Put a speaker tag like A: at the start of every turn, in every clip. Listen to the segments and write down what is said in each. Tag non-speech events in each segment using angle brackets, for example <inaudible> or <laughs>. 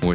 A: 我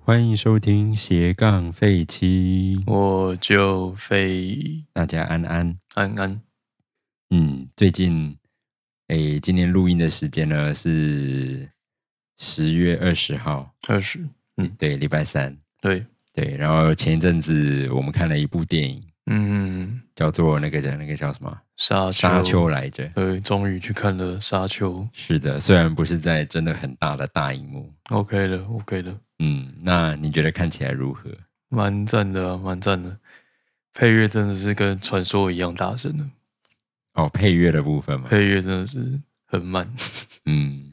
A: 欢迎收听斜杠废七，
B: 我就飞
A: 大家安安。
B: 安安，
A: 嗯，最近诶，今天录音的时间呢是十月二十号，
B: 二十，
A: 对，礼拜三。
B: 对，
A: 对，然后前一阵子我们看了一部电影，
B: 嗯，
A: 叫做那个叫那个叫什么
B: 沙
A: 《沙丘》来着。
B: 对，终于去看了《沙丘》
A: 是的，虽然不是在真的很大的大荧幕，
B: ，OK 了，OK 了，
A: 嗯，那你觉得看起来如何？
B: 蛮赞的、啊，蛮赞的。配乐真的是跟传说一样大声的，
A: 哦，配乐的部分嘛，
B: 配乐真的是很慢。 <laughs>
A: 嗯，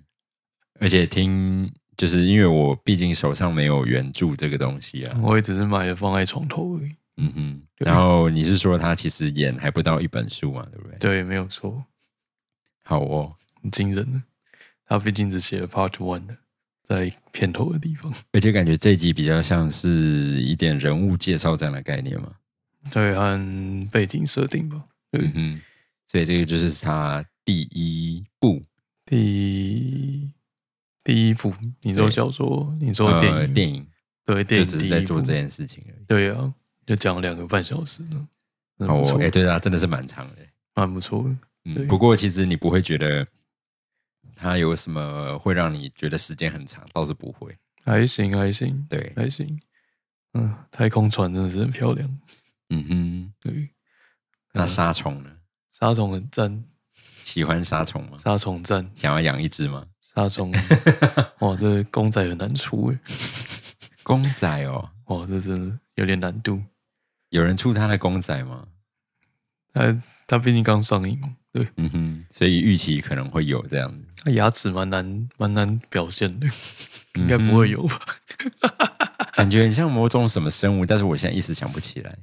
A: 而且听就是因为我毕竟手上没有原著这个东西啊，
B: 我也只是买了放在床头而已。
A: 嗯哼，然后你是说他其实演还不到一本书嘛，对不对？，
B: 对，没有错，
A: 好哦，
B: 很惊人的。他毕竟只写了 Part One 的，在片头的地方。 <laughs>
A: 而且感觉这一集比较像是一点人物介绍这样的概念嘛，
B: 对，和背景设定吧。对
A: 嗯哼，所以这个就是他第一部
B: 第第一部，你说
A: 对
B: 小说，你说哦电影，
A: 呃、电影，
B: 对电
A: 就
B: 影
A: 只
B: 第
A: 是
B: 一
A: 在做
B: 部
A: 这件事情而已。
B: 对啊，就讲了两个半小时呢，真的
A: 哦
B: 不，错
A: 哎、，对啊，真的是蛮长的。
B: 蛮不错的。对
A: 嗯，不过其实你不会觉得它有什么会让你觉得时间很长，倒是不会。
B: 还行，还行，
A: 对，
B: 还行。嗯，太空船真的是很漂亮。
A: 嗯哼，
B: 对，
A: 那杀虫呢？
B: 沙虫很赞，
A: 喜欢杀虫吗？
B: 沙虫赞，
A: 想要养一只吗？
B: 沙
A: <laughs>
B: 虫，哇，这公仔很难出诶。
A: 公仔哦，
B: 哇，这真的有点难度。
A: 有人出他的公仔吗？
B: 它它毕竟刚上映嘛，对，
A: 嗯哼，所以预期可能会有这样子。
B: 它牙齿蛮难蛮难表现
A: <laughs>
B: 的，应该不会有吧？
A: 感觉很像某种什么生物，但是我现在一时想不起来。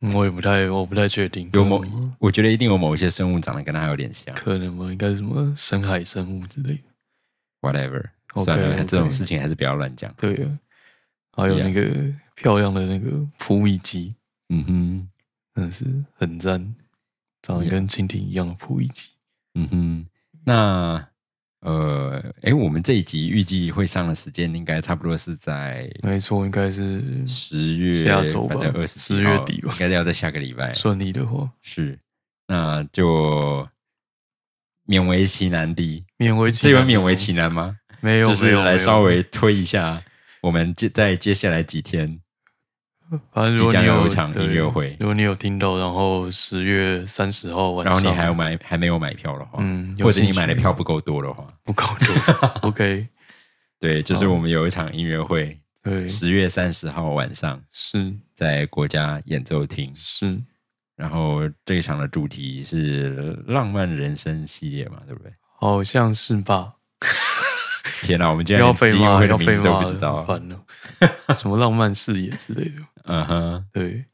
B: 嗯我也不太我不太确定，
A: 有某
B: 可能，
A: 我觉得一定有某一些生物长得跟它有点像
B: 可能吧，应该是什么深海生物之类的。
A: ，whatever。
B: OK，
A: 算了
B: OK
A: 这种事情还是不要乱讲。
B: 对啊，还有
A: Yeah
B: 那个漂亮的那个扑翼机，
A: 嗯哼，
B: 真的是很赞，长得
A: Yeah
B: 跟蜻蜓一样的扑翼机。
A: 嗯哼，那呃，诶，我们这一集预计会上的时间应该差不多是在
B: 没错，应该是
A: 十月
B: 下周吧
A: 反正二十
B: 10月底吧
A: 应该要在下个礼拜。
B: 顺利的话，
A: 是，那就勉为其难的，
B: 勉为其
A: 这有
B: 难
A: 勉为
B: 哦
A: 其难吗？
B: 没有，
A: 就
B: 没
A: 是
B: 有
A: 来
B: 没有
A: 稍微推一下我们接在接下来几天。
B: 反正如
A: 即
B: 果
A: 将
B: 你
A: 有
B: 有
A: 一场
B: 对
A: 音乐会
B: 如果你有听到，然后十月三十号晚
A: 然
B: 上，
A: 后你还有买还没有买票的话，
B: 嗯，有
A: 或者你
B: 兴趣
A: 买的票不够多的话，
B: 不够多
A: <laughs>
B: ，OK，
A: 对，就是我们有一场音乐会，
B: 对，
A: 十月三十号晚上
B: 是
A: 在国家演奏厅，
B: 是，
A: 然后这一场的主题是浪漫人生系列嘛，对不对？
B: 好像是吧？
A: 天哪，我们
B: 不
A: 竟然
B: 要
A: 连这
B: 被
A: 音乐
B: 骂，
A: 会
B: 要
A: 的名
B: 被
A: 字都
B: 骂
A: 不
B: 了，
A: 知道啊
B: 很。烦了。什么浪漫视野之类的，
A: 嗯哼，
B: 对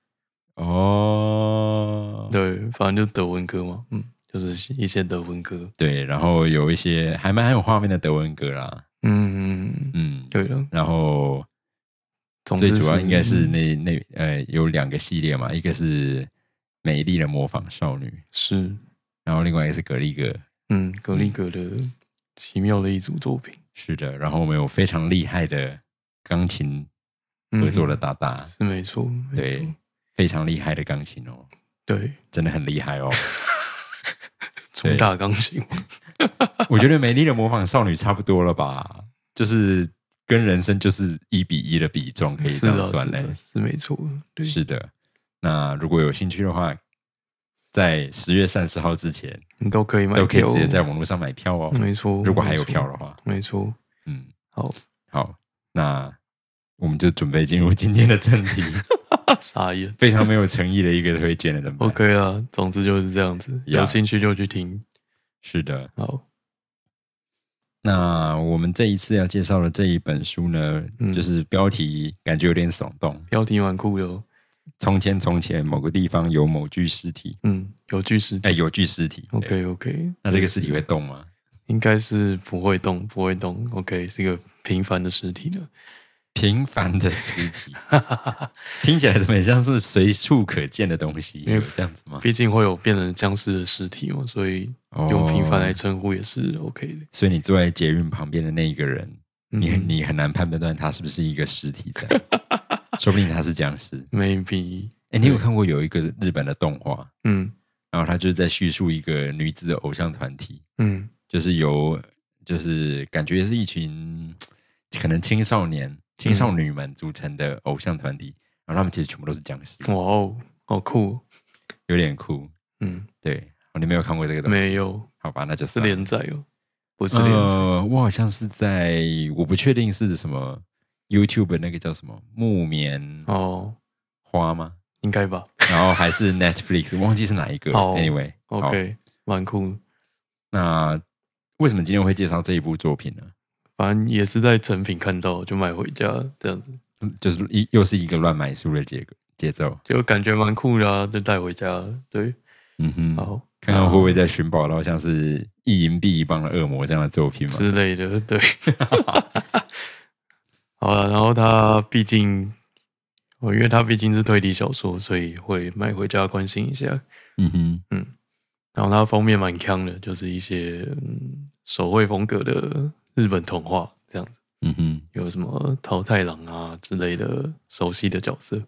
A: 哦，
B: 对，反正就德文歌嘛，嗯，就是一些德文歌，
A: 对，然后有一些还蛮很有画面的德文歌啦，
B: 嗯，
A: 嗯，
B: 对了，
A: 然后
B: 总之嗯
A: 最主要应该是那那呃有两个系列嘛，一个是美丽的模仿少女，
B: 是，
A: 然后另外一个是格力格，
B: 嗯，格力格的奇妙的一组作品，
A: 是的，然后我们有非常厉害的钢琴
B: 嗯
A: 合作的搭档，
B: 是没错，没
A: 对
B: 错
A: 非常厉害的钢琴哦，
B: 对，
A: 真的很厉害哦。 <laughs>
B: 重大钢琴，
A: 我觉得美丽的模仿少女差不多了吧，就是跟人生就是一比一的比重，可以
B: 是
A: 这样
B: 啊，
A: 算
B: 是
A: 嘞。
B: 啊是没错，对，
A: 是的，那如果有兴趣的话，在十月三十号之前
B: 你都可以买
A: 都可以
B: 票
A: 直接
B: 哦
A: 在网络上买票哦。
B: 没错，
A: 如果还有
B: 没错
A: 票的话，
B: 没错，
A: 嗯，
B: 好，
A: 好，那我们就准备进入今天的正
B: <laughs>
A: 题，
B: <laughs> 傻眼。
A: 非常没有诚意的一个推荐了，怎么办
B: OK 啊，总之就是这样子，有
A: Yeah
B: 兴趣就去听。
A: 是的，
B: 好，
A: 那我们这一次要介绍的这一本书呢，
B: 嗯
A: 就是标题感觉有点耸动，
B: 标题蛮酷的、哦，
A: 从前从前某个地方有某具尸体，
B: 嗯，有具尸体。
A: 哎，有具尸体。对
B: OK OK，
A: 那这个尸体会动吗？
B: 应该是不会动，不会动。OK，是一个平凡的尸体的。
A: 平凡的尸
B: <laughs>
A: 体，听起来怎么很像是随处可见的东西？
B: 没有
A: 有这样子吗？
B: 毕竟会有变成僵尸的尸体嘛，所以用平凡来
A: 哦，
B: 称呼也是 OK 的。
A: 所以你坐在捷运旁边的那一个人，你
B: 嗯
A: 很你很难判断他是不是一个尸体，这
B: <laughs>
A: 样，说不定他是僵尸。
B: maybe，
A: 哎，你有看过有一个日本的动画，
B: 嗯
A: 然后他就是在叙述一个女子的偶像团体，
B: 嗯
A: 就是由就是感觉是一群可能青少年、青
B: 嗯
A: 少女们组成的偶像团体，然后他们其实全部都是僵尸，
B: 哇哦，好酷哦！
A: 有点酷。
B: 嗯，
A: 对，哦你没有看过这个东西？
B: 没有，
A: 好吧，那就是是
B: 连载哦，不是连载。
A: 呃，我好像是在，我不确定是什么 YouTube 的那个叫什么木棉
B: 哦，
A: 花吗？
B: 应该吧
A: 然后还是 Netflix，忘 <laughs> 记是哪一个。
B: 好
A: anyway，好
B: 哦？OK，蛮酷。
A: 那为什么今天会介绍这一部作品呢？
B: 反正也是在成品看到就买回家这样子，
A: 就是一又是一个乱买书的节节奏。
B: 就感觉蛮酷的啊，就带回家。对，
A: 嗯哼，
B: 好
A: 看看会不会再寻宝到像是一银币一棒的恶魔这样的作品嘛？
B: 之类的，对。 <laughs> 好了，然后它毕竟，哦，因为它毕竟是推理小说，所以会买回家关心一下。
A: 嗯哼，
B: 然后它封面蛮强的，就是一些嗯手绘风格的日本童话这样子，
A: 嗯哼，
B: 有什么桃太郎啊之类的熟悉的角色。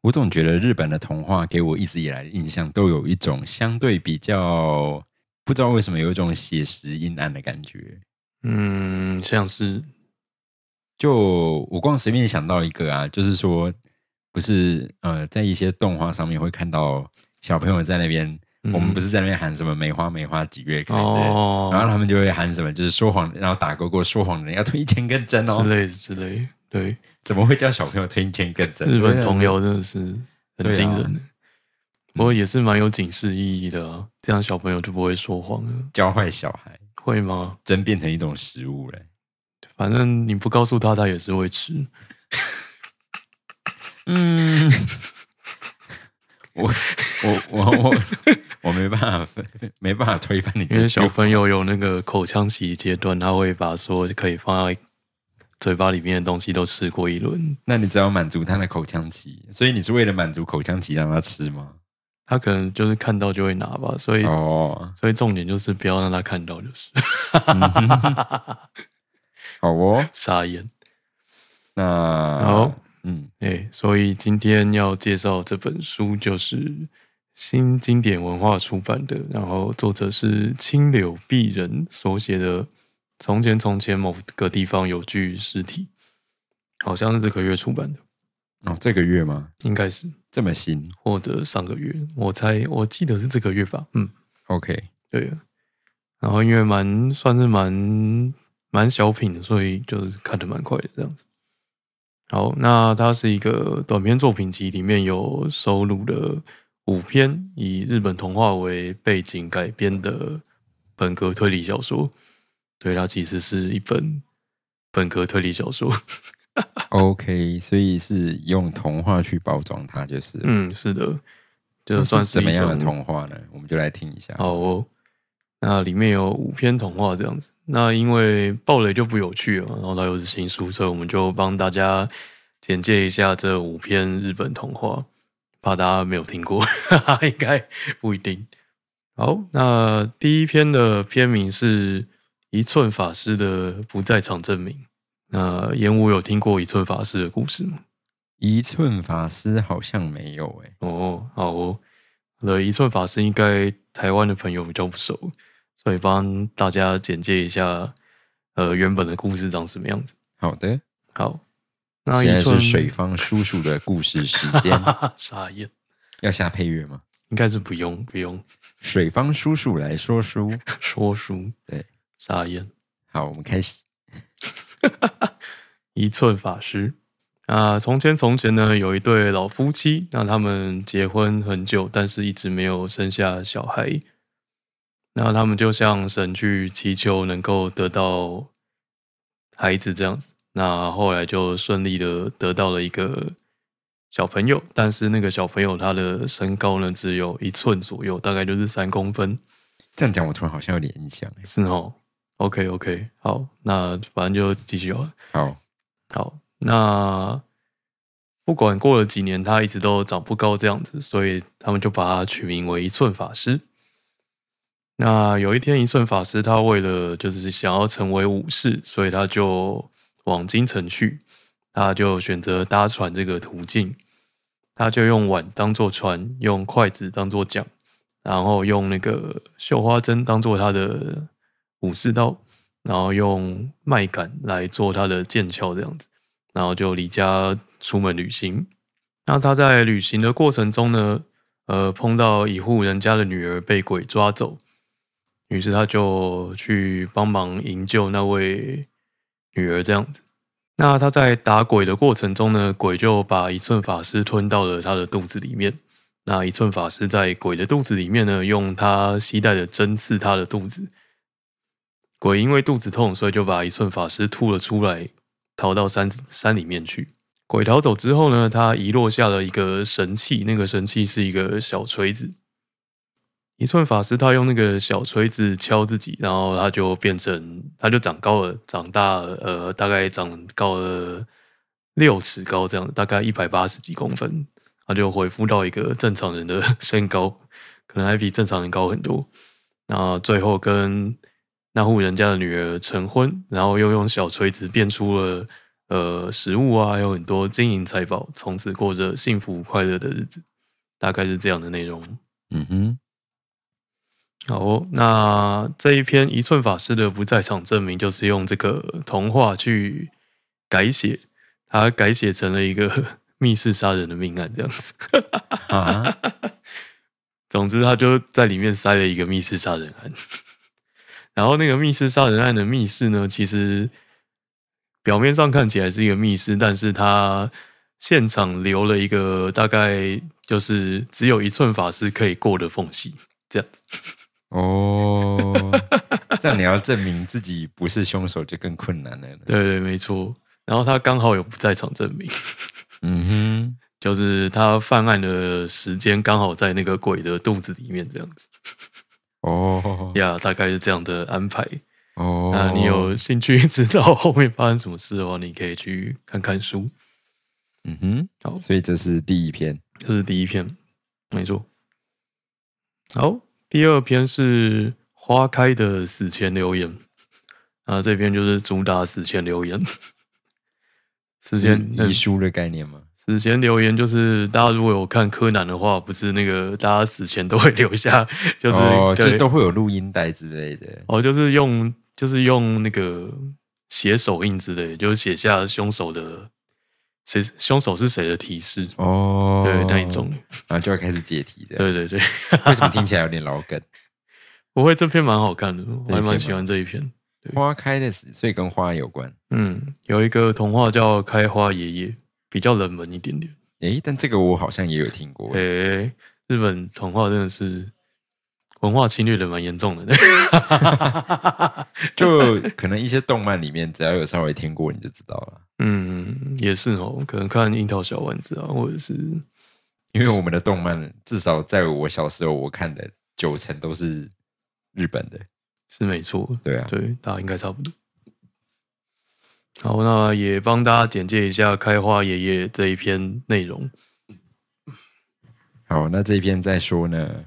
A: 我总觉得日本的童话给我一直以来的印象都有一种相对比较不知道为什么有一种写实阴暗的感觉。
B: 嗯，像是
A: 就我光随便想到一个啊，就是说，不是呃，在一些动画上面会看到小朋友在那边，
B: 嗯
A: 我们不是在那边喊什么梅花梅花几月开之类的
B: 哦，
A: 然后他们就会喊什么，就是说谎，然后打勾勾说谎的人要推一千根针
B: 之
A: 哦，
B: 类的之类的，对，
A: 怎么会叫小朋友推一千根针？
B: 日本童
A: 对啊啊
B: 谣真的是很惊人的，
A: 嗯
B: 不过也是蛮有警示意义的啊，这样小朋友就不会说谎了，
A: 教坏小孩，
B: 会吗？
A: 针变成一种食物了。
B: 反正你不告诉他，他也是会吃。
A: 嗯， <laughs> 我我我我我没办法分，没办法推翻你
B: 因
A: 这
B: 为
A: 句话
B: 小朋友有那个口腔期阶段，他会把所有可以放在嘴巴里面的东西都吃过一轮。
A: 那你只要满足他的口腔期，所以你是为了满足口腔期让他吃吗？
B: 他可能就是看到就会拿吧，所以、
A: 哦，
B: 所以重点就是不要让他看到，就是 <laughs>
A: 好哦，
B: 傻眼。
A: 那
B: 好，
A: 嗯，
B: 哎、所以今天要介绍这本书就是新经典文化出版的，然后作者是青柳碧人所写的《从前从前某个地方有具尸体》，好像是这个月出版的，
A: 哦，这个月吗？
B: 应该是
A: 这么新
B: 或者上个月，我猜我记得是这个月吧，嗯，
A: ？OK，
B: 对啊。然后因为蛮算是蛮蛮小品的，所以就是看得蛮快的这样子。好，那它是一个短篇作品集，里面有收录了五篇以日本童话为背景改编的本格推理小说。对，它其实是一本本格推理小说。 <laughs>
A: OK，所以是用童话去包装它，就是了
B: 嗯，是的，就
A: 那
B: 算
A: 是怎么
B: 一
A: 样的
B: 种
A: 童话呢？我们就来听一下。
B: 好哦，那里面有五篇童话这样子。那因为暴雷就不有趣了嘛，然后它又是新书，所以我们就帮大家简介一下这五篇日本童话，怕大家没有听过， <laughs> 应该不一定。好，那第一篇的篇名是《一寸法师的不在场证明》。那烟雾有听过一寸法师的故事吗？
A: 一寸法师好像没有欸诶、
B: 哦，好哦。那一寸法师应该台湾的朋友比较不熟，所以帮大家简介一下，呃，原本的故事长什么样子。
A: 好的，
B: 好，那
A: 现
B: 一
A: 在
B: 啊寸
A: 是水方叔叔的故事时间，
B: <laughs> 傻眼，
A: 要下配乐吗？
B: 应该是不用不用 <laughs>
A: 水方叔叔来说书。
B: 说书，
A: 对，
B: 傻眼。
A: 好，我们开始。
B: 一寸法师。啊，从前从前呢，有一对老夫妻，那他们结婚很久，但是一直没有生下小孩。那他们就向神去祈求能够得到孩子这样子。那后来就顺利的得到了一个小朋友，但是那个小朋友他的身高呢只有一寸左右，大概就是三公分，
A: 这样讲，我突然好像有点欸印象。
B: 是哦。OK OK，好，那反正就继续好了。
A: 好，
B: 好，那不管过了几年，他一直都长不高这样子，所以他们就把他取名为一寸法师。那有一天，一寸法师他为了就是想要成为武士，所以他就往京城去，他就选择搭船这个途径，他就用碗当做船，用筷子当做桨，然后用那个绣花针当做他的武士刀。然后用麦秆来做他的剑鞘这样子，然后就离家出门旅行。那他在旅行的过程中呢，呃，碰到一户人家的女儿被鬼抓走，于是他就去帮忙营救那位女儿这样子。那他在打鬼的过程中呢，鬼就把一寸法师吞到了他的肚子里面。那一寸法师在鬼的肚子里面呢，用他携带的针刺他的肚子，鬼因为肚子痛，所以就把一寸法师吐了出来，逃到山山里面去。鬼逃走之后呢，他遗落下了一个神器，那个神器是一个小锤子。一寸法师他用那个小锤子敲自己，然后他就变成，他就长高了，长大了，呃，大概长高了六尺高这样，大概一百八十几公分，他就恢复到一个正常人的身高，可能还比正常人高很多。那最后跟那户人家的女儿成婚，然后又用小锤子变出了呃食物啊，还有很多金银财宝，从此过着幸福快乐的日子，大概是这样的内容。
A: 嗯哼，
B: 好哦、那这一篇《一寸法师的不在场证明》就是用这个童话去改写，它改写成了一个 <laughs> 密室杀人的命案这样子。
A: 啊，
B: 总之，他就在里面塞了一个密室杀人案。 <laughs> 然后那个密室杀人案的密室呢，其实表面上看起来是一个密室，但是他现场留了一个大概就是只有一寸法师可以过的缝隙，这样子。
A: 哦，这样你要证明自己不是凶手就更困难了。
B: 对对，没错。然后他刚好有不在场证明，
A: 嗯哼，
B: 就是他犯案的时间刚好在那个鬼的肚子里面，这样子
A: 哦，
B: 呀大概是这样的安排。
A: 哦，
B: 那你有兴趣知道后面发生什么事的话，你可以去看看书。
A: 嗯
B: 好
A: 哼，所以这是第一篇。
B: 这是第一篇，没错。好，第二篇是花开的死前留言啊，这篇就是主打死前留言。 <laughs> 死
A: 是
B: 前呃
A: 遗书的概念吗？
B: 死前留言就是大家如果有看柯南的话，不是那个大家死前都会留下， <laughs> 就是、
A: 哦，
B: 对
A: 就是都会有录音带之类的。
B: 哦，就是用就是用那个写手印之类，就是写下凶手的谁凶手是谁的提示，
A: 哦，
B: 对那一种，。
A: 然后就要开始解题的。
B: 对对对，
A: 为什么听起来有点老梗？
B: 不会这篇蛮好看的，我还蛮
A: 蛮
B: 喜欢这一篇。 <laughs> 对
A: 花开的死，所以跟花有关。
B: 嗯，有一个童话叫《开花爷爷》，比较冷门一点点。
A: 诶，但这个我好像也有听过。
B: 诶、日本童话真的是文化侵略的蛮严重的。
A: 就可能一些动漫里面，只要有稍微听过，你就知道了。
B: <laughs> 嗯，也是哦，可能看《樱桃小丸子》啊，或者是
A: 因为我们的动漫，至少在我小时候我看的九成都是日本的。
B: 是没错，
A: 对啊，
B: 对，大家应该差不多。好，那也帮大家简介一下《开花爷爷》这一篇内容。
A: 好，那这一篇再说呢。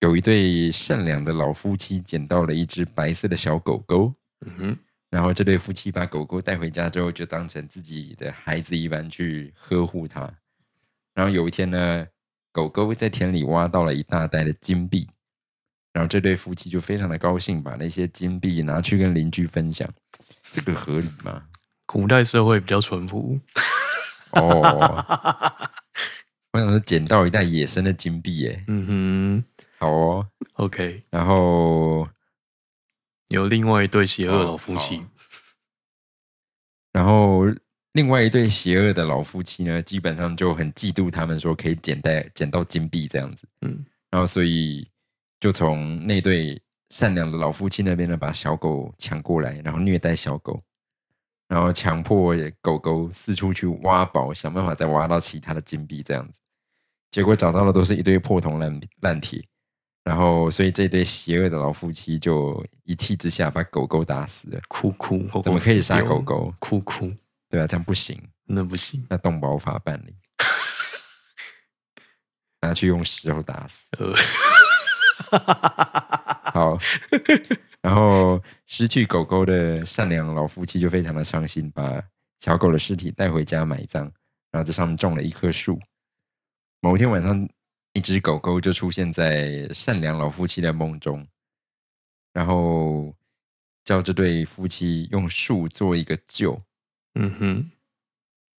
A: 有一对善良的老夫妻捡到了一只白色的小狗狗，
B: 嗯哼，
A: 然后这对夫妻把狗狗带回家之后，就当成自己的孩子一般去呵护它。然后有一天呢，狗狗在田里挖到了一大袋的金币，然后这对夫妻就非常的高兴，把那些金币拿去跟邻居分享。这个合理吗？
B: 古代社会比较淳朴，
A: 哦，我想说捡到一袋野生的金币耶，
B: <laughs> 嗯
A: 好哦。
B: 哼，OK，
A: 然后，
B: 有另外一对邪恶老夫
A: 哦
B: 妻
A: 好，然后另外一对邪恶的老夫妻呢，基本上就很嫉妒他们说可以捡袋捡到金币这样子。
B: 嗯
A: 然后所以就从那对善良的老夫妻那边呢，把小狗抢过来，然后虐待小狗。然后强迫狗狗四处去挖宝，想办法再挖到其他的金币，这样子。结果找到的都是一堆破铜烂烂铁，然后所以这对邪恶的老夫妻就一气之下把狗狗打死了。
B: 哭哭，狗狗
A: 怎么可以
B: 死掉
A: 杀狗狗？
B: 哭哭，
A: 对啊，这样不行，
B: 真的不行。
A: 那动保法办理，拿去用石头打死。
B: 呃，
A: 好，然后失去狗狗的善良老夫妻就非常的伤心，把小狗的尸体带回家埋葬，然后在上面种了一棵树。某一天晚上，一只狗狗就出现在善良老夫妻的梦中，然后叫这对夫妻用树做一个臼。
B: 嗯哼，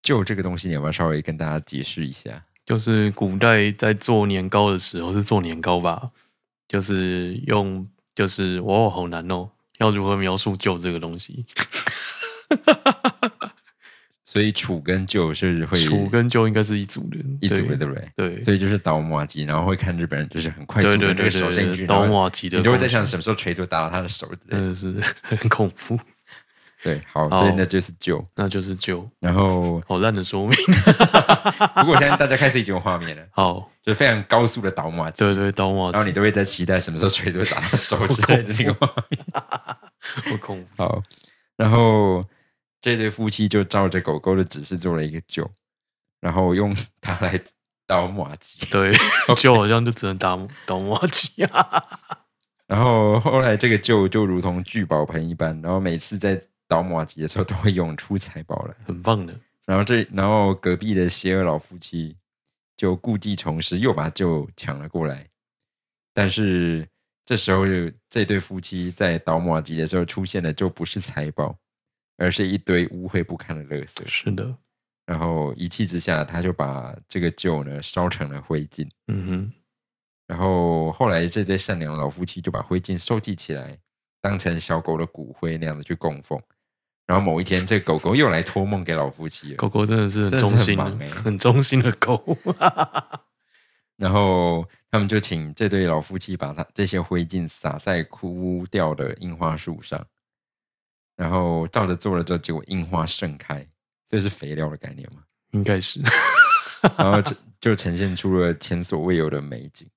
A: 臼这个东西，你要不要稍微跟大家解释一下？
B: 就是古代在做年糕的时候是做年糕吧，就是用就是哇、好难哦，要如何描述旧这个东西？
A: 所以杵跟臼是会
B: 楚跟旧应该是一组的，
A: 一组的，
B: 对
A: 对不对？
B: 对
A: 所以就是倒马机，然后会看日本人就是很快
B: 对
A: 速的
B: 对
A: 那
B: 对
A: 个手伸
B: 对
A: 进去，然
B: 对，刀
A: 后
B: 马吉的，
A: 你就会在想，什么时候锤子打到他的手之类的。
B: 真的是 <laughs> 很恐怖。
A: 对，好，
B: 好
A: 所以那就是救。
B: 那就是旧，
A: 然后，
B: 好烂的
A: <laughs>
B: 说明。
A: 不过我相信大家开始已经有画面了，
B: 好，
A: 就是非常高速的倒马机，
B: 对对，刀啊马
A: 然后你
B: 吉，
A: 都会在期待什么时候锤子会打到手之类的那个画面。
B: <laughs> 好恐怖。
A: 好，然后这对夫妻就照着狗狗的指示做了一个救，然后用它来倒马机。 <laughs>
B: 对，旧好像就只能打刀马吉啊。
A: 然后后来这个救就如同聚宝盆一般，然后每次在倒马机的时候都会涌出财宝来。
B: 很棒的，
A: 然后这，然后隔壁的邪恶老夫妻就故技重施，又把舅抢了过来。但是这时候，这对夫妻在倒马吉的时候出现的就不是财宝，而是一堆污秽不堪的垃圾。
B: 是的，
A: 然后一气之下，他就把这个舅呢烧成了灰烬。
B: 嗯
A: 然后后来这对善良的老夫妻就把灰烬收集起来，当成小狗的骨灰那样子去供奉。然后某一天，这狗狗又来托梦给老夫妻了
B: 哼，。狗狗真的是很
A: 真的
B: 忠
A: 是
B: 心的，
A: 很忙欸
B: 很忠心的 <laughs> 狗。
A: 然后他们就请这对老夫妻把他这些灰烬撒在枯掉的樱花树上，然后照着做了之后，结果樱花盛开，这是肥料的概念嘛？
B: 应该是
A: 然后这就呈现出了前所未有的美景。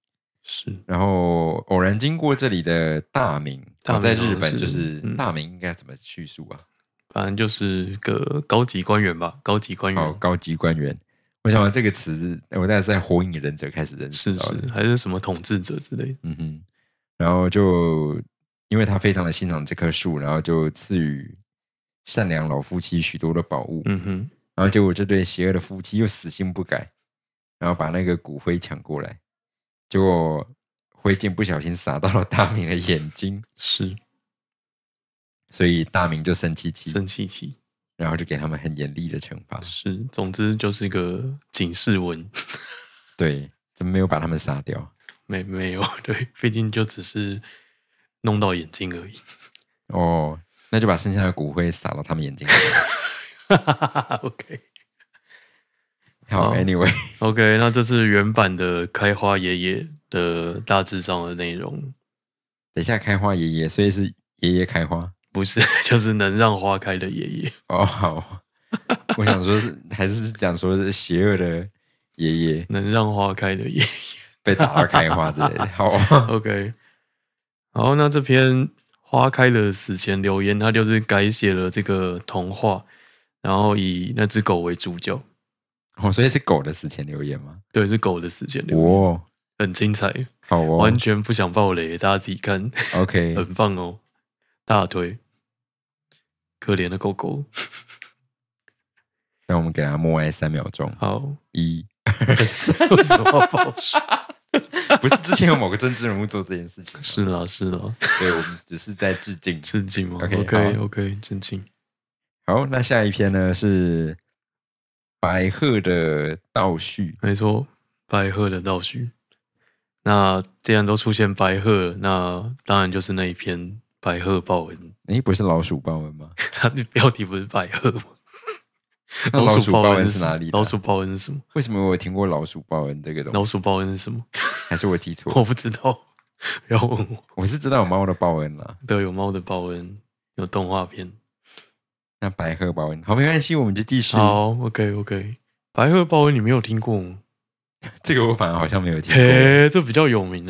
B: 是
A: 然后偶然经过这里的大明，
B: 大明
A: 在
B: 好像
A: 日本
B: 是
A: 就是
B: 嗯
A: 大明应该怎么叙述啊？
B: 反正就是个高级官员吧，哦高级官
A: 好，
B: 员
A: 高级官员。我想这个词，哎我大概在《火影忍者》开始认识
B: 是
A: 到的。
B: 是，还是什么统治者之类的。
A: 嗯哼，然后就因为他非常的欣赏这棵树，然后就赐予善良老夫妻许多的宝物，
B: 嗯哼，
A: 然后结果这对邪恶的夫妻又死性不改，然后把那个骨灰抢过来，结果灰烬不小心洒到了大明的眼睛，
B: 是
A: 所以大明就生气气，
B: 生气气，
A: 然后就给他们很严厉的惩罚。
B: 是，总之就是个警示文， <laughs>
A: 对，怎么没有把他们杀掉？
B: 没没有 <laughs> 对，毕竟就只是弄到眼睛 <laughs> 而已。
A: 哦，那就把剩下的骨灰撒到他们眼睛里。
B: OK
A: 好
B: 好
A: ，Anyway， <laughs>
B: OK，那这是原版的开花爷爷的大致上的内容，
A: 等一下开花爷爷，所以是爷爷开花。
B: 不是 <laughs> 就是能让花开的爷爷。
A: 哦，好，我想说是还是讲说是邪恶的爷爷
B: 能让花开的夜。
A: 被打到开花之类的。好，
B: OK，好，那这篇花开的死前留言，它就是改写了这个童话，然后以那只狗为主角，
A: 哦，所以是狗的死前留言吗？
B: 对，是狗的死前留言，
A: 哦，
B: 很精彩，
A: 好哦嗯
B: 完全不想爆雷，大家自己看，
A: ，OK，
B: <laughs> 很棒哦，大推。可怜的狗狗，
A: 那我们给他默哀三秒钟， <laughs>
B: 好， <laughs>
A: 一、二、三。
B: 为什么要爆水？
A: 不是之前有某个政治人物做这件事情吗？
B: <laughs> <laughs> 是啦，是啦，
A: 对，我们只是在致敬。
B: 致敬嘛。
A: OK，好
B: OK，OK，、致敬。
A: 好，那下一篇呢是白鹤的倒叙，
B: 没错，白鹤的倒叙。那既然都出现白鹤了，那当然就是那一篇《白鹤报恩》。 <laughs>
A: 诶，不是老鼠报恩吗？
B: 它的标题不是白鹤吗？
A: <laughs> 那老鼠报恩是
B: 什么
A: 哪里的啊？
B: 老鼠报恩是什么？
A: 为什么我有听过老鼠报恩这个东西？
B: 老鼠报恩是什么？
A: 还是我记错？
B: 我不知道。 <laughs> 不要问我。
A: 我是知道有猫的报恩啦，
B: 对，有猫的报恩，有动画片。
A: 那白鹤保温，好，没关系，我们就继续。
B: 好，OK OK，白鹤报恩你没有听过吗？
A: 这个我反而好像没有听过。诶、
B: 嘿，这比较有名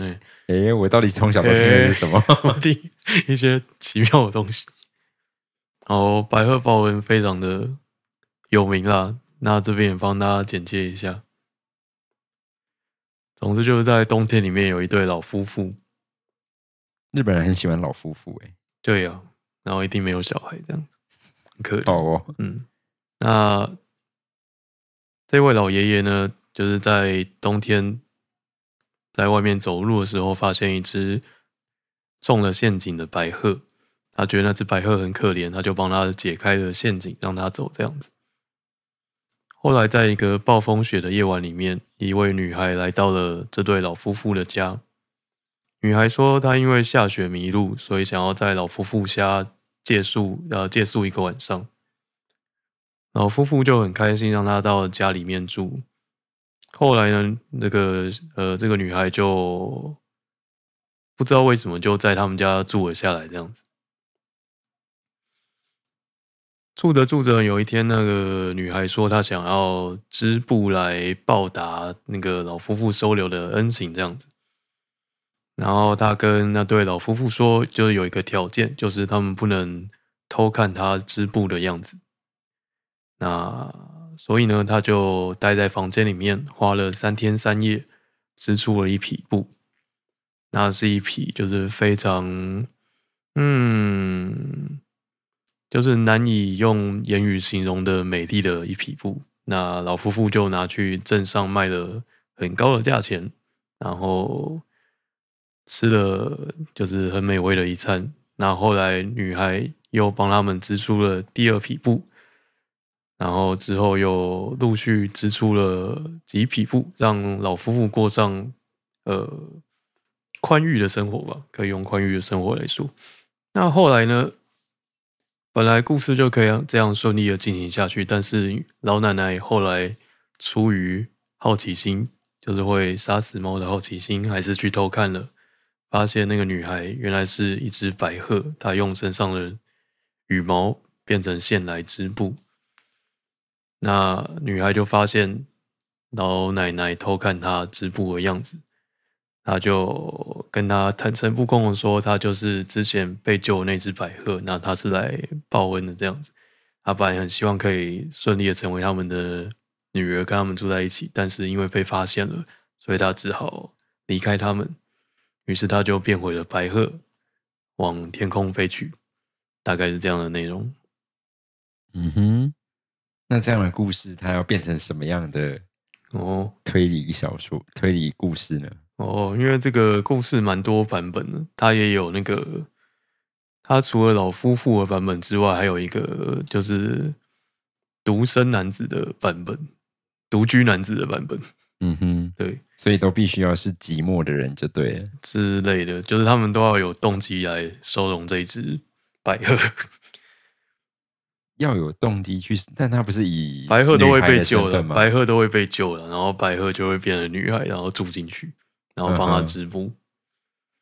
B: 哎、
A: 我到底从小都听的是什么？
B: 我听 <laughs> 一些奇妙的东西。哦，白鹤报恩非常的有名啦，那这边也帮大家简介一下。总之就是在冬天里面有一对老夫妇，
A: <laughs> 日本人很喜欢老夫妇、诶，
B: 对呀、然后一定没有小孩这样子，很可怜。
A: 哎，哦哦，
B: 嗯，那这位老爷爷呢，就是在冬天在外面走路的时候，发现一只中了陷阱的白鹤。他觉得那只白鹤很可怜，他就帮它解开了陷阱，让它走这样子。后来，在一个暴风雪的夜晚里面，一位女孩来到了这对老夫妇的家。女孩说，她因为下雪迷路，所以想要在老夫妇家借宿，呃，借宿一个晚上。老夫妇就很开心，让她到家里面住。后来呢，那个呃，这个女孩就不知道为什么就在他们家住了下来，这样子。住着住着，有一天，那个女孩说她想要织布来报答那个老夫妇收留的恩情，这样子。然后她跟那对老夫妇说，就是有一个条件，就是他们不能偷看她织布的样子。那所以呢，他就待在房间里面，花了三天三夜，织出了一匹布。那是一匹就是非常，嗯，就是难以用言语形容的美丽的一匹布。那老夫妇就拿去镇上卖了很高的价钱，然后吃了就是很美味的一餐。那后来女孩又帮他们织出了第二匹布，然后之后又陆续织出了几匹布，让老夫妇过上呃宽裕的生活吧，可以用宽裕的生活来说。那后来呢？本来故事就可以这样顺利的进行下去，但是老奶奶后来出于好奇心，就是会杀死猫的好奇心，还是去偷看了，发现那个女孩原来是一只白鹤，她用身上的羽毛变成线来织布。那女孩就发现老奶奶偷看她织布的样子，她就跟她坦诚不公的说，她就是之前被救的那只白鹤，那她是来报恩的这样子。她本来很希望可以顺利的成为他们的女儿，跟他们住在一起，但是因为被发现了，所以她只好离开他们。于是她就变回了白鹤，往天空飞去。大概是这样的内容。
A: 嗯哼，那这样的故事，它要变成什么样的
B: 哦，
A: 推理小说、推理故事呢？
B: 哦，因为这个故事蛮多版本的，它也有那个，它除了老夫妇的版本之外，还有一个就是独身男子的版本，独居男子的版本，
A: 嗯哼，
B: 对
A: 所以都必须要是寂寞的人就对了。
B: 之类的，就是他们都要有动机来收容这一只白鹤，
A: 要有动机去，但他不是以
B: 白鹤都会
A: 女孩
B: 被
A: 的
B: 救
A: 身
B: 了，
A: 份吗？
B: 白鹤都会被救了，然后白鹤就会变成女孩，然后住进去，然后帮
A: 嗯
B: 他
A: 嗯
B: 织布。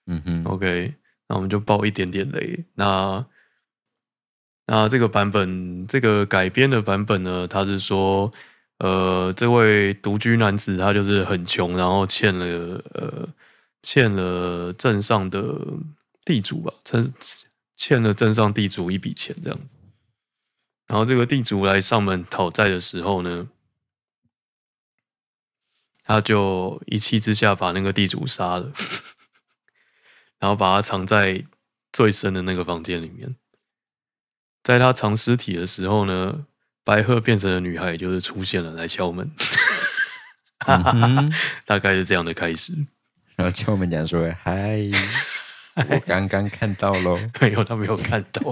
A: 嗯哼，
B: OK，那我们就爆一点点雷。那那这个版本，这个改编的版本呢，他是说，呃，这位独居男子他就是很穷，然后欠了呃欠了镇上的地主吧，欠欠了镇上地主一笔钱这样子。然后这个地主来上门讨债的时候呢，他就一气之下把那个地主杀了。然后把它藏在最深的那个房间里面。在他藏尸体的时候呢，白鹤变成了女孩，就是出现了来敲门， <laughs>
A: 嗯哼， <laughs>
B: 大概是这样的开始。
A: 然后叫我们讲说：“嗨，我刚刚看到喽，
B: 没有，他没有看到，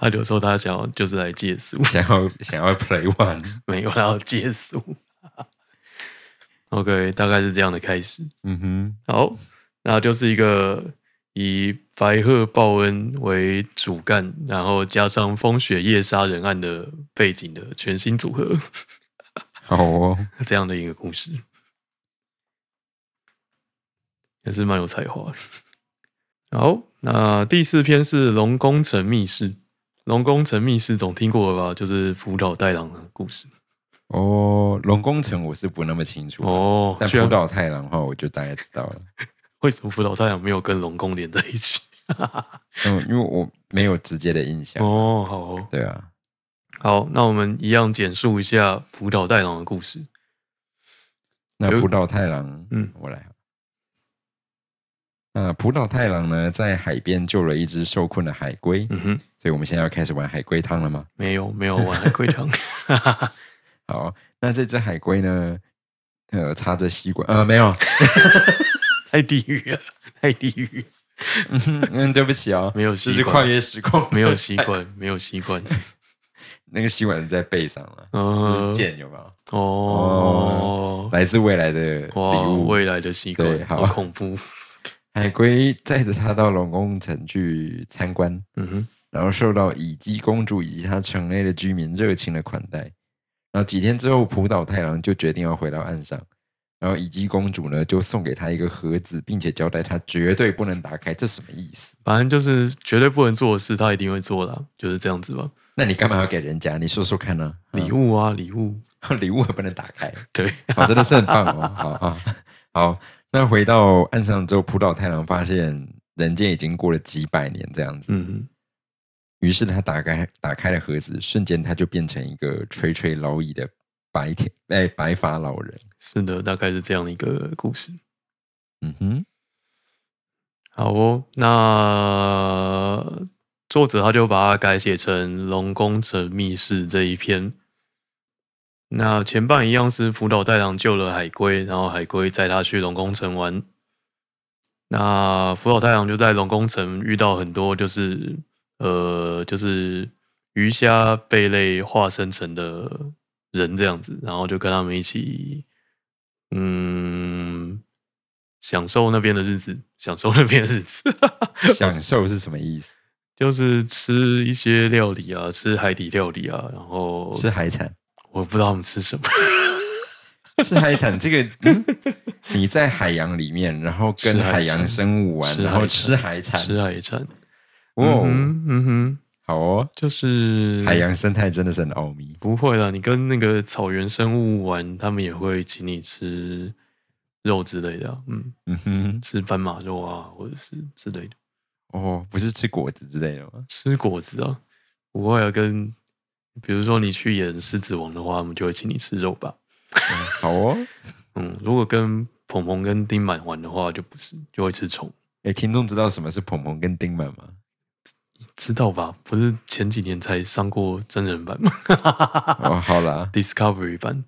B: 他就说他想要就是来借宿，
A: <laughs> 想要想要 play one。
B: 没有，他要借宿。OK，大概是这样的开始。”
A: 嗯哼，
B: 好，那就是一个以白鹤报恩为主干，然后加上风雪夜杀人案的背景的全新组合， <laughs>
A: 好哦，
B: 这样的一个故事，也是蛮有才华的。好，那第四篇是《龙宫城密室》，龙宫城密室总听过了吧？就是福岛太郎的故事
A: 哦，龙宫城我是不那么清楚，
B: 哦。
A: 但
B: 居
A: 福
B: 然
A: 岛太郎的话，我就大概知道了。
B: 为什么福岛太郎没有跟龙宫连在一起？
A: 嗯，因为我没有直接的印象。
B: 哦，好哦
A: 对啊，
B: 好，那我们一样简述一下福岛太郎的故事。
A: 那
B: 有
A: 浦岛太郎，
B: 嗯
A: 嗯，我来。那浦岛太郎呢，在海边救了一只受困的海龟，
B: 嗯哼，
A: 所以我们现在要开始玩海龟汤了吗？
B: 没有没有玩海龟
A: <laughs>
B: 汤，
A: 好，那这只海龟呢，呃，插着吸管，呃，没有， <laughs>
B: 太地狱了，太地狱了，
A: 嗯嗯，对不起哦，
B: 没有
A: 这
B: 吸
A: 是跨
B: 管，
A: 越时空，
B: 没有吸管， <laughs> 没有
A: <laughs>
B: 吸管。
A: 那个吸管是在背上了，就是
B: 嗯，
A: 剑有没有？
B: 哦，
A: 来自未来的
B: 哇，
A: 礼物。
B: 未来的吸
A: 对
B: 管，
A: 好
B: 好恐怖。
A: 海龟载着它到龙宫城去参观，
B: 嗯哼，
A: 然后受到乙姬公主以及她城内的居民热情的款待。然后几天之后，浦岛太郎就决定要回到岸上，然后乙姬公主呢就送给他一个盒子，并且交代他绝对不能打开，这什么意思？
B: 反正就是绝对不能做的事，他一定会做啦，就是这样子吧。
A: 那你干嘛要给人家？你说说看呢、
B: 礼物啊，礼物，
A: 物 <laughs> 礼物还不能打开，
B: 对，
A: 好，真的是很棒哦。好啊，好。那回到岸上之后，浦岛太郎发现人间已经过了几百年这样子，
B: 嗯，
A: 于是他打开打开了盒子，瞬间他就变成一个垂垂老矣的白天哎白发老人。
B: 是的，大概是这样一个故事。
A: 嗯
B: <laughs>
A: 哼，
B: 好哦，那作者他就把它改写成《龙宫城密室》这一篇。那前半一样是福岛太郎救了海龟，然后海龟载他去龙宫城玩。那福岛太郎就在龙宫城遇到很多就是呃就是鱼虾贝类化身成的人这样子，然后就跟他们一起嗯享受那边的日子，享受那边的日子。
A: 享受是什么意思？
B: 就是吃一些料理啊，吃海底料理啊，然后
A: 吃海产，
B: 我不知道他们吃什么，
A: 吃海产这个、嗯你在海洋里面，然后跟
B: 吃海
A: 海洋
B: 产
A: 生物玩，
B: 吃
A: 然后
B: 海
A: 吃
B: 产
A: 海产，
B: 吃海产。
A: 哦，
B: 嗯哼嗯哼，
A: 好哦，
B: 就是
A: 海洋生态真的是很奥秘。
B: 不会啦，你跟那个草原生物玩，他们也会请你吃肉之类的啊、嗯，
A: 嗯哼，
B: 吃斑马肉啊，或者是之类的，
A: 哦，不是吃果子之类的吗？
B: 吃果子啊，不会啊，跟比如说你去演狮子王的话，他们就会请你吃肉吧。
A: 好哦，
B: 嗯，如果跟鹏鹏跟丁满玩的话，就不是，就会吃虫。
A: 哎，听众知道什么是捧捧跟丁满吗？
B: 知道吧？不是前几年才上过真人版吗啊
A: 哦，好啦，
B: <laughs> ？Discovery 版。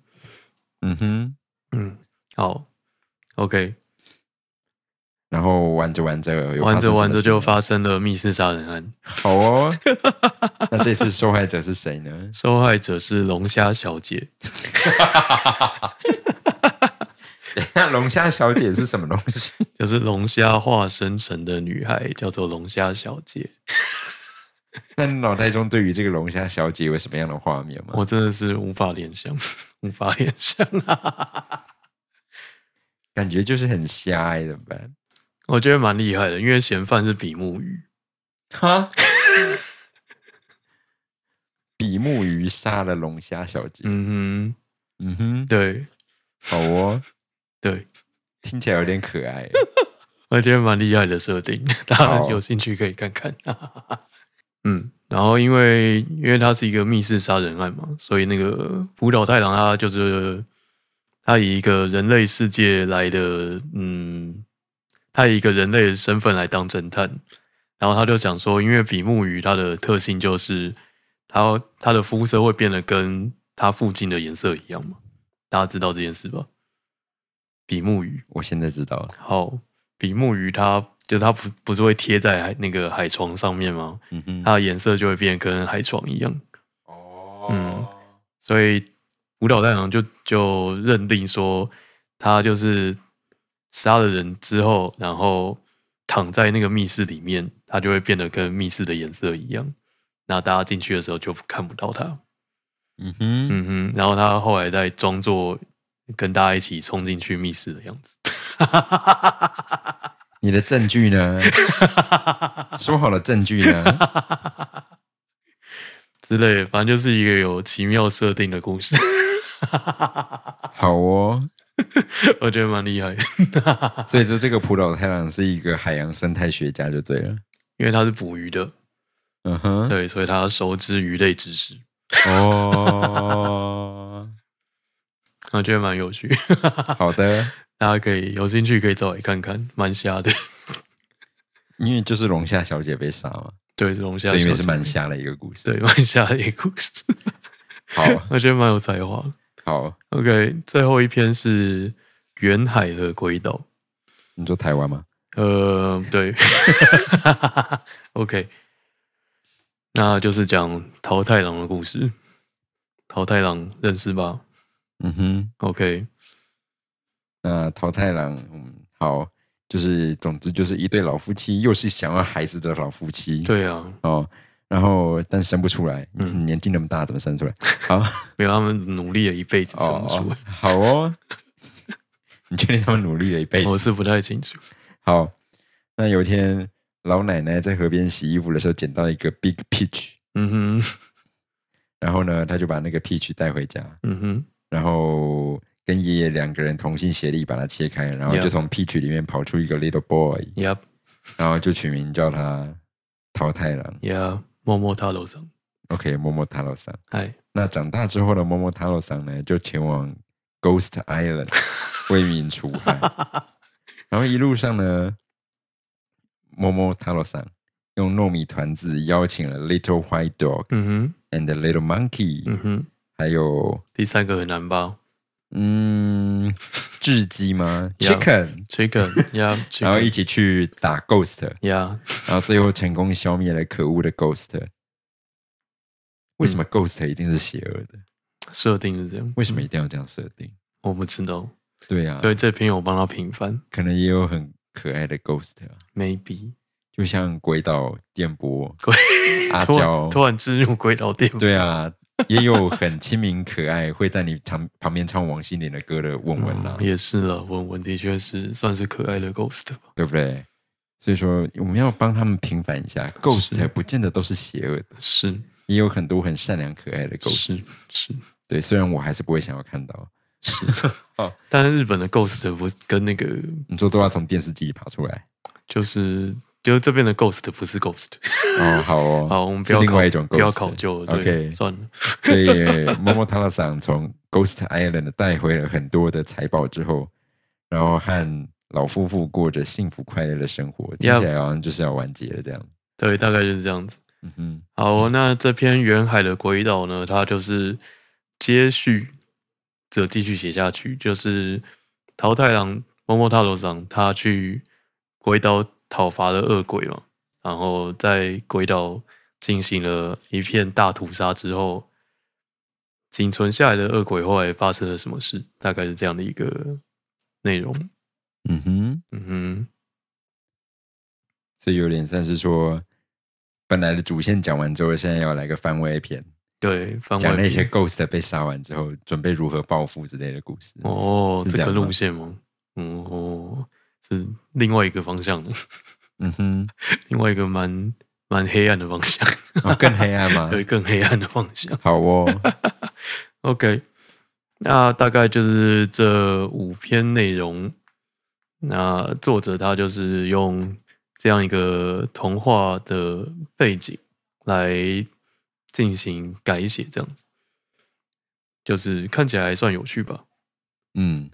A: 嗯哼，
B: 嗯，好，OK。
A: 然后玩着玩着，有发生
B: 玩
A: 什
B: 着
A: 么
B: 玩着
A: 事吗
B: 就发生了密室杀人案，
A: 好哦。 <laughs> 那这次受害者是谁呢？
B: 受害者是龙虾小姐。
A: <laughs> 那龙虾小姐是什么东西？
B: 就是龙虾化身成的女孩，叫做龙虾小姐。
A: <laughs> 那你脑袋中对于这个龙虾小姐有什么样的画面吗？
B: 我真的是无法联想， <laughs> 无法联想啊！
A: 感觉就是很瞎哎、怎么办？
B: 我觉得蛮厉害的，因为嫌犯是比目鱼，
A: 哈，比目鱼杀了龙虾小姐。
B: 嗯哼，
A: 嗯哼，
B: 对
A: 好哦，
B: 对，
A: 听起来有点可
B: <laughs>
A: 爱。
B: 我觉得蛮厉害的设定， <laughs> 大家
A: 好
B: 有兴趣可以看 <laughs> 看。嗯，然后因为因为它是一个密室杀人案嘛，所以那个福岛太郎他就是他以一个人类世界来的，嗯，他以一个人类的身份来当侦探，然后他就想说，因为比目鱼它的特性就是它它的肤色会变得跟它附近的颜色一样嘛，大家知道这件事吧？比目鱼，
A: 我现在知道了。
B: 好，比目鱼它就它不不是会贴在海那个海床上面吗？
A: 嗯哼，
B: 它的颜色就会变得跟海床一样，
A: 哦
B: 嗯所以舞蹈太郎就就认定说他就是杀了人之后，然后躺在那个密室里面，它就会变得跟密室的颜色一样。那大家进去的时候就看不到它，
A: 嗯哼，
B: 嗯哼。然后他后来再装作跟大家一起冲进去密室的样子。
A: 你
B: <laughs>
A: 的证据呢？说好的证据呢？
B: 之类的，反正就是一个有奇妙设定的故事，
A: 好哦，
B: 我觉得蛮厉害的，
A: <laughs> 所以说这个浦岛太郎是一个海洋生态学家就对了。
B: 因为他是捕鱼的，
A: 嗯哼，
B: 对，所以他熟知鱼类知识，
A: 哦，
B: 我觉得蛮有趣，
A: <laughs> 好的，
B: <laughs> 大家可以有兴趣可以找来看看，蛮瞎的，
A: 因为就是龙虾小姐被杀嘛，
B: 对，龙虾
A: 所以
B: 小
A: 也
B: 姐
A: 是蛮，瞎的一个故事。
B: 对，蛮瞎的一个故事，
A: 好
B: 我觉得蛮有才华的。
A: 好，
B: OK，最后一篇是远海的轨道。
A: 你说台湾吗？
B: 呃，对 <laughs> ，OK，那就是讲桃太郎的故事。桃太郎认识吧
A: 嗯哼，
B: ？OK，
A: 那桃太郎，嗯，好，就是总之就是一对老夫妻，又是想要孩子的老夫妻，
B: 对啊，
A: 哦，然后但生不出来，
B: 嗯
A: 你年纪那么大，怎么生出来？好
B: 没有他们努力了一辈子生不出
A: 哦
B: 来，，
A: 好哦， <laughs> 你确定他们努力了一辈子？
B: 我是不太清楚。
A: 好，那有一天老奶奶在河边洗衣服的时候捡到一个 big peach，
B: 嗯哼，
A: 然后呢，她就把那个 peach 带回家，
B: 嗯哼，
A: 然后跟爷爷两个人同心协力把它切开，然后
B: Yeah
A: 就从 peach 里面跑出一个 little boy，
B: 呀
A: 然后就取名叫他桃太郎。
B: 呀，摸摸他楼上，
A: OK，摸摸塔罗桑。
B: 嗨，
A: 那长大之后的摸摸塔罗桑呢，就前往 Ghost Island 为民除害。然后一路上呢，摸摸塔罗桑用糯米团子邀请了 Little White Dog
B: <laughs> 嗯
A: and the Little Monkey，、
B: 哼，嗯哼，
A: 还有
B: 第三个很难吧
A: 嗯，雉鸡吗
B: Yeah
A: ？Chicken， <laughs>
B: ？Chicken 呀
A: 然后一
B: ，Chicken
A: 起去打 Ghost，
B: 呀，
A: 然后最后成功消灭了可恶的 Ghost。为
B: 嗯
A: 什么 Ghost 一定是邪恶的？
B: 设定是这样，
A: 为什么一定要这样设定？
B: 我不知道，
A: 对呀、啊，
B: 所以这篇我帮他平反
A: 可能也有很可爱的 ghost 啊，
B: ，maybe。
A: 就像鬼岛电波、
B: 鬼
A: 阿
B: <laughs> 突
A: 娇
B: 然，突然进入鬼岛店，
A: 对啊，也有很亲民可爱，会在你旁旁边唱王心凌的歌的文啊文啦、
B: 嗯也是了，文文的确是算是可爱的 ghost 吧。
A: 对不对？所以说，我们要帮他们平反一下，ghost 不见得都是邪恶的，
B: 是
A: 也有很多很善良可爱的 ghost
B: 是。是
A: 对，虽然我还是不会想要看到，
B: 是
A: 哦，
B: 但是日本的 ghost 不是跟那个
A: 你说都要从电视机里爬出来
B: 就是就是这边的 ghost 不是 ghost。
A: 哦，好哦，
B: <laughs> 好，我们不
A: 是
B: 要
A: 另
B: 考
A: 外一种 ghost，
B: 不要考究 <laughs> 了。对
A: OK，
B: 算了。
A: 所以 m o m o t a r a 桑从 Ghost Island 带回了很多的财宝之后，然后和老夫妇过着幸福快乐的生活，听起来好像就是要完结了这样。
B: 对，大概就是这样子。
A: 嗯哼，
B: 好，哦那这篇《远海的鬼岛》呢，它就是接续，则继续写下去，就是桃太郎摸摸太郎桑他去鬼岛讨伐了恶鬼嘛，然后在鬼岛进行了一片大屠杀之后，仅存下来的恶鬼后来发生了什么事，大概是这样的一个内容。
A: 嗯哼，
B: 嗯
A: 所以有点像是说，本来的主线讲完之后，现在要来个番外篇，
B: 哼，对，番
A: 讲
B: 外
A: 那些
B: 篇
A: Ghost 被杀完之后，准备如何报复之类的故事。
B: 哦，
A: 是这
B: 这个
A: 样吗
B: 路线吗？嗯哦，是另外一个方向的， <laughs>
A: 嗯哼，
B: 另外一个蛮蛮黑暗的
A: <laughs>
B: 方向，
A: 哦、更黑暗吗？
B: <laughs> 对，更黑暗的方向。
A: 好哦，
B: OK，那大概就是这五篇内容。那作者他就是用这样一个童话的背景来进行改写，这样子，就是看起来还算有趣吧。
A: 嗯，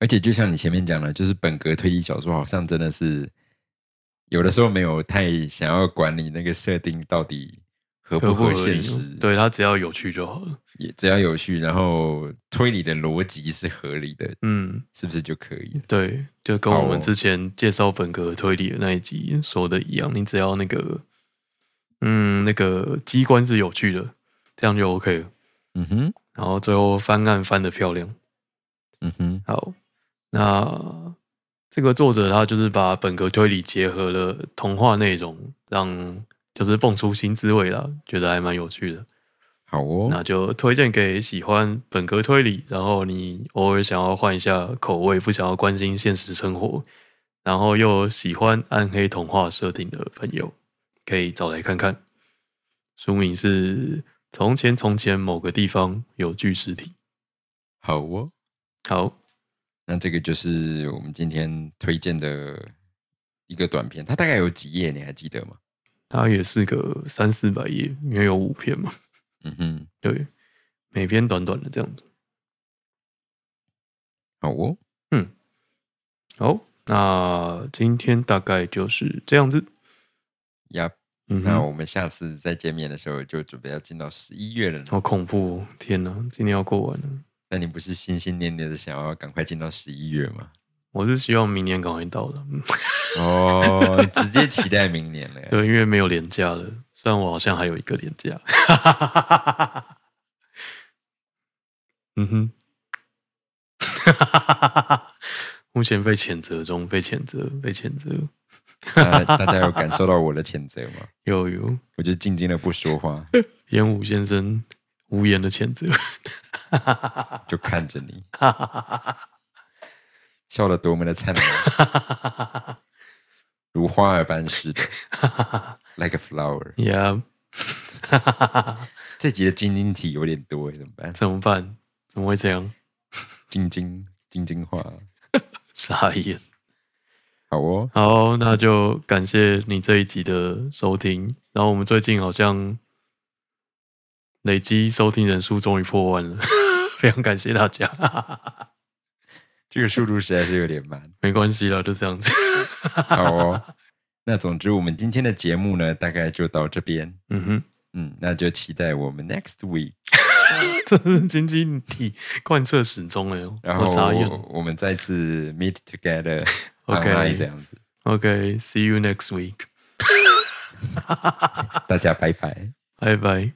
A: 而且就像你前面讲的，就是本格推理小说好像真的是有的时候没有太想要管理那个设定到底合不
B: 合
A: 合
B: 理嗯
A: 现实，，
B: 对他只要有趣就好了。
A: 也只要有序，然后推理的逻辑是合理的，
B: 嗯，
A: 是不是就可以了？
B: 对，就跟
A: 好
B: 我们
A: 哦
B: 之前介绍本格推理的那一集说的一样，你只要那个，嗯，那个机关是有趣的，这样就 OK 了。
A: 嗯哼，
B: 然后最后翻案翻的漂亮。
A: 嗯哼，
B: 好，那这个作者他就是把本格推理结合了童话内容，让就是蹦出新滋味啦，觉得还蛮有趣的。
A: 好
B: 那
A: 哦，
B: 就推荐给喜欢本格推理，然后你偶尔想要换一下口味，不想要关心现实生活，然后又喜欢暗黑童话设定的朋友，可以找来看看。书名是《从前从前某个地方有具尸体。
A: 好哦，
B: 好，
A: 那这个就是我们今天推荐的一个短片，它大概有几页，你还记得吗？
B: 它也是个三四百页，因为有五篇嘛， <laughs>
A: 嗯哼，
B: 对，每篇短短的这样子。
A: 好哦，
B: 好，那今天大概就是这样子。
A: 呀、
B: 嗯
A: 那
B: 哼，
A: 我们下次再见面的时候，就准备要进到十一月了呢。
B: 好恐怖、哦！天哪，今年要过完了，
A: 那你不是心心念念的想要赶快进到十一月
B: <laughs>
A: 吗？
B: 我是希望明年赶快到了。 <laughs> 嗯
A: 哦，直接期待明年了。
B: 对，因为没有年假了，虽然我好像还有一个年假。嗯哼，目前被谴责中，被谴责，被谴责，
A: 那啊大家有感受到我的谴责吗？
B: 有有
A: 我就静静的不说话，
B: 烟武先生无言的谴责。 <laughs>
A: 就看着你，笑得多么的灿烂，如花儿般似
B: <laughs>
A: 的，like a flower。
B: 呀，
A: 这集的晶晶体有点多，怎么办？
B: 怎么办？怎么会这样？
A: 晶晶晶晶话，
B: 傻眼。
A: 好哦，
B: 好，那就感谢你这一集的收听。然后我们最近好像累积收听人数终于破万了， <laughs> 非常感谢大家。 <laughs>
A: 这个速度实在是有点慢。
B: 没关系啦，就这样子。
A: 好
B: <laughs>
A: 哦，那总之我们今天的节目呢，大概就到这边。
B: 嗯哼， <laughs>
A: 嗯，那就期待我们 next week，
B: 这是经济体贯彻始终哎、欸，
A: 然
B: 我
A: 后
B: 傻眼。
A: 我们再次 meet together
B: <laughs> OK
A: online 这样子。
B: OK，see、you next week，
A: 大家拜拜。
B: 拜拜。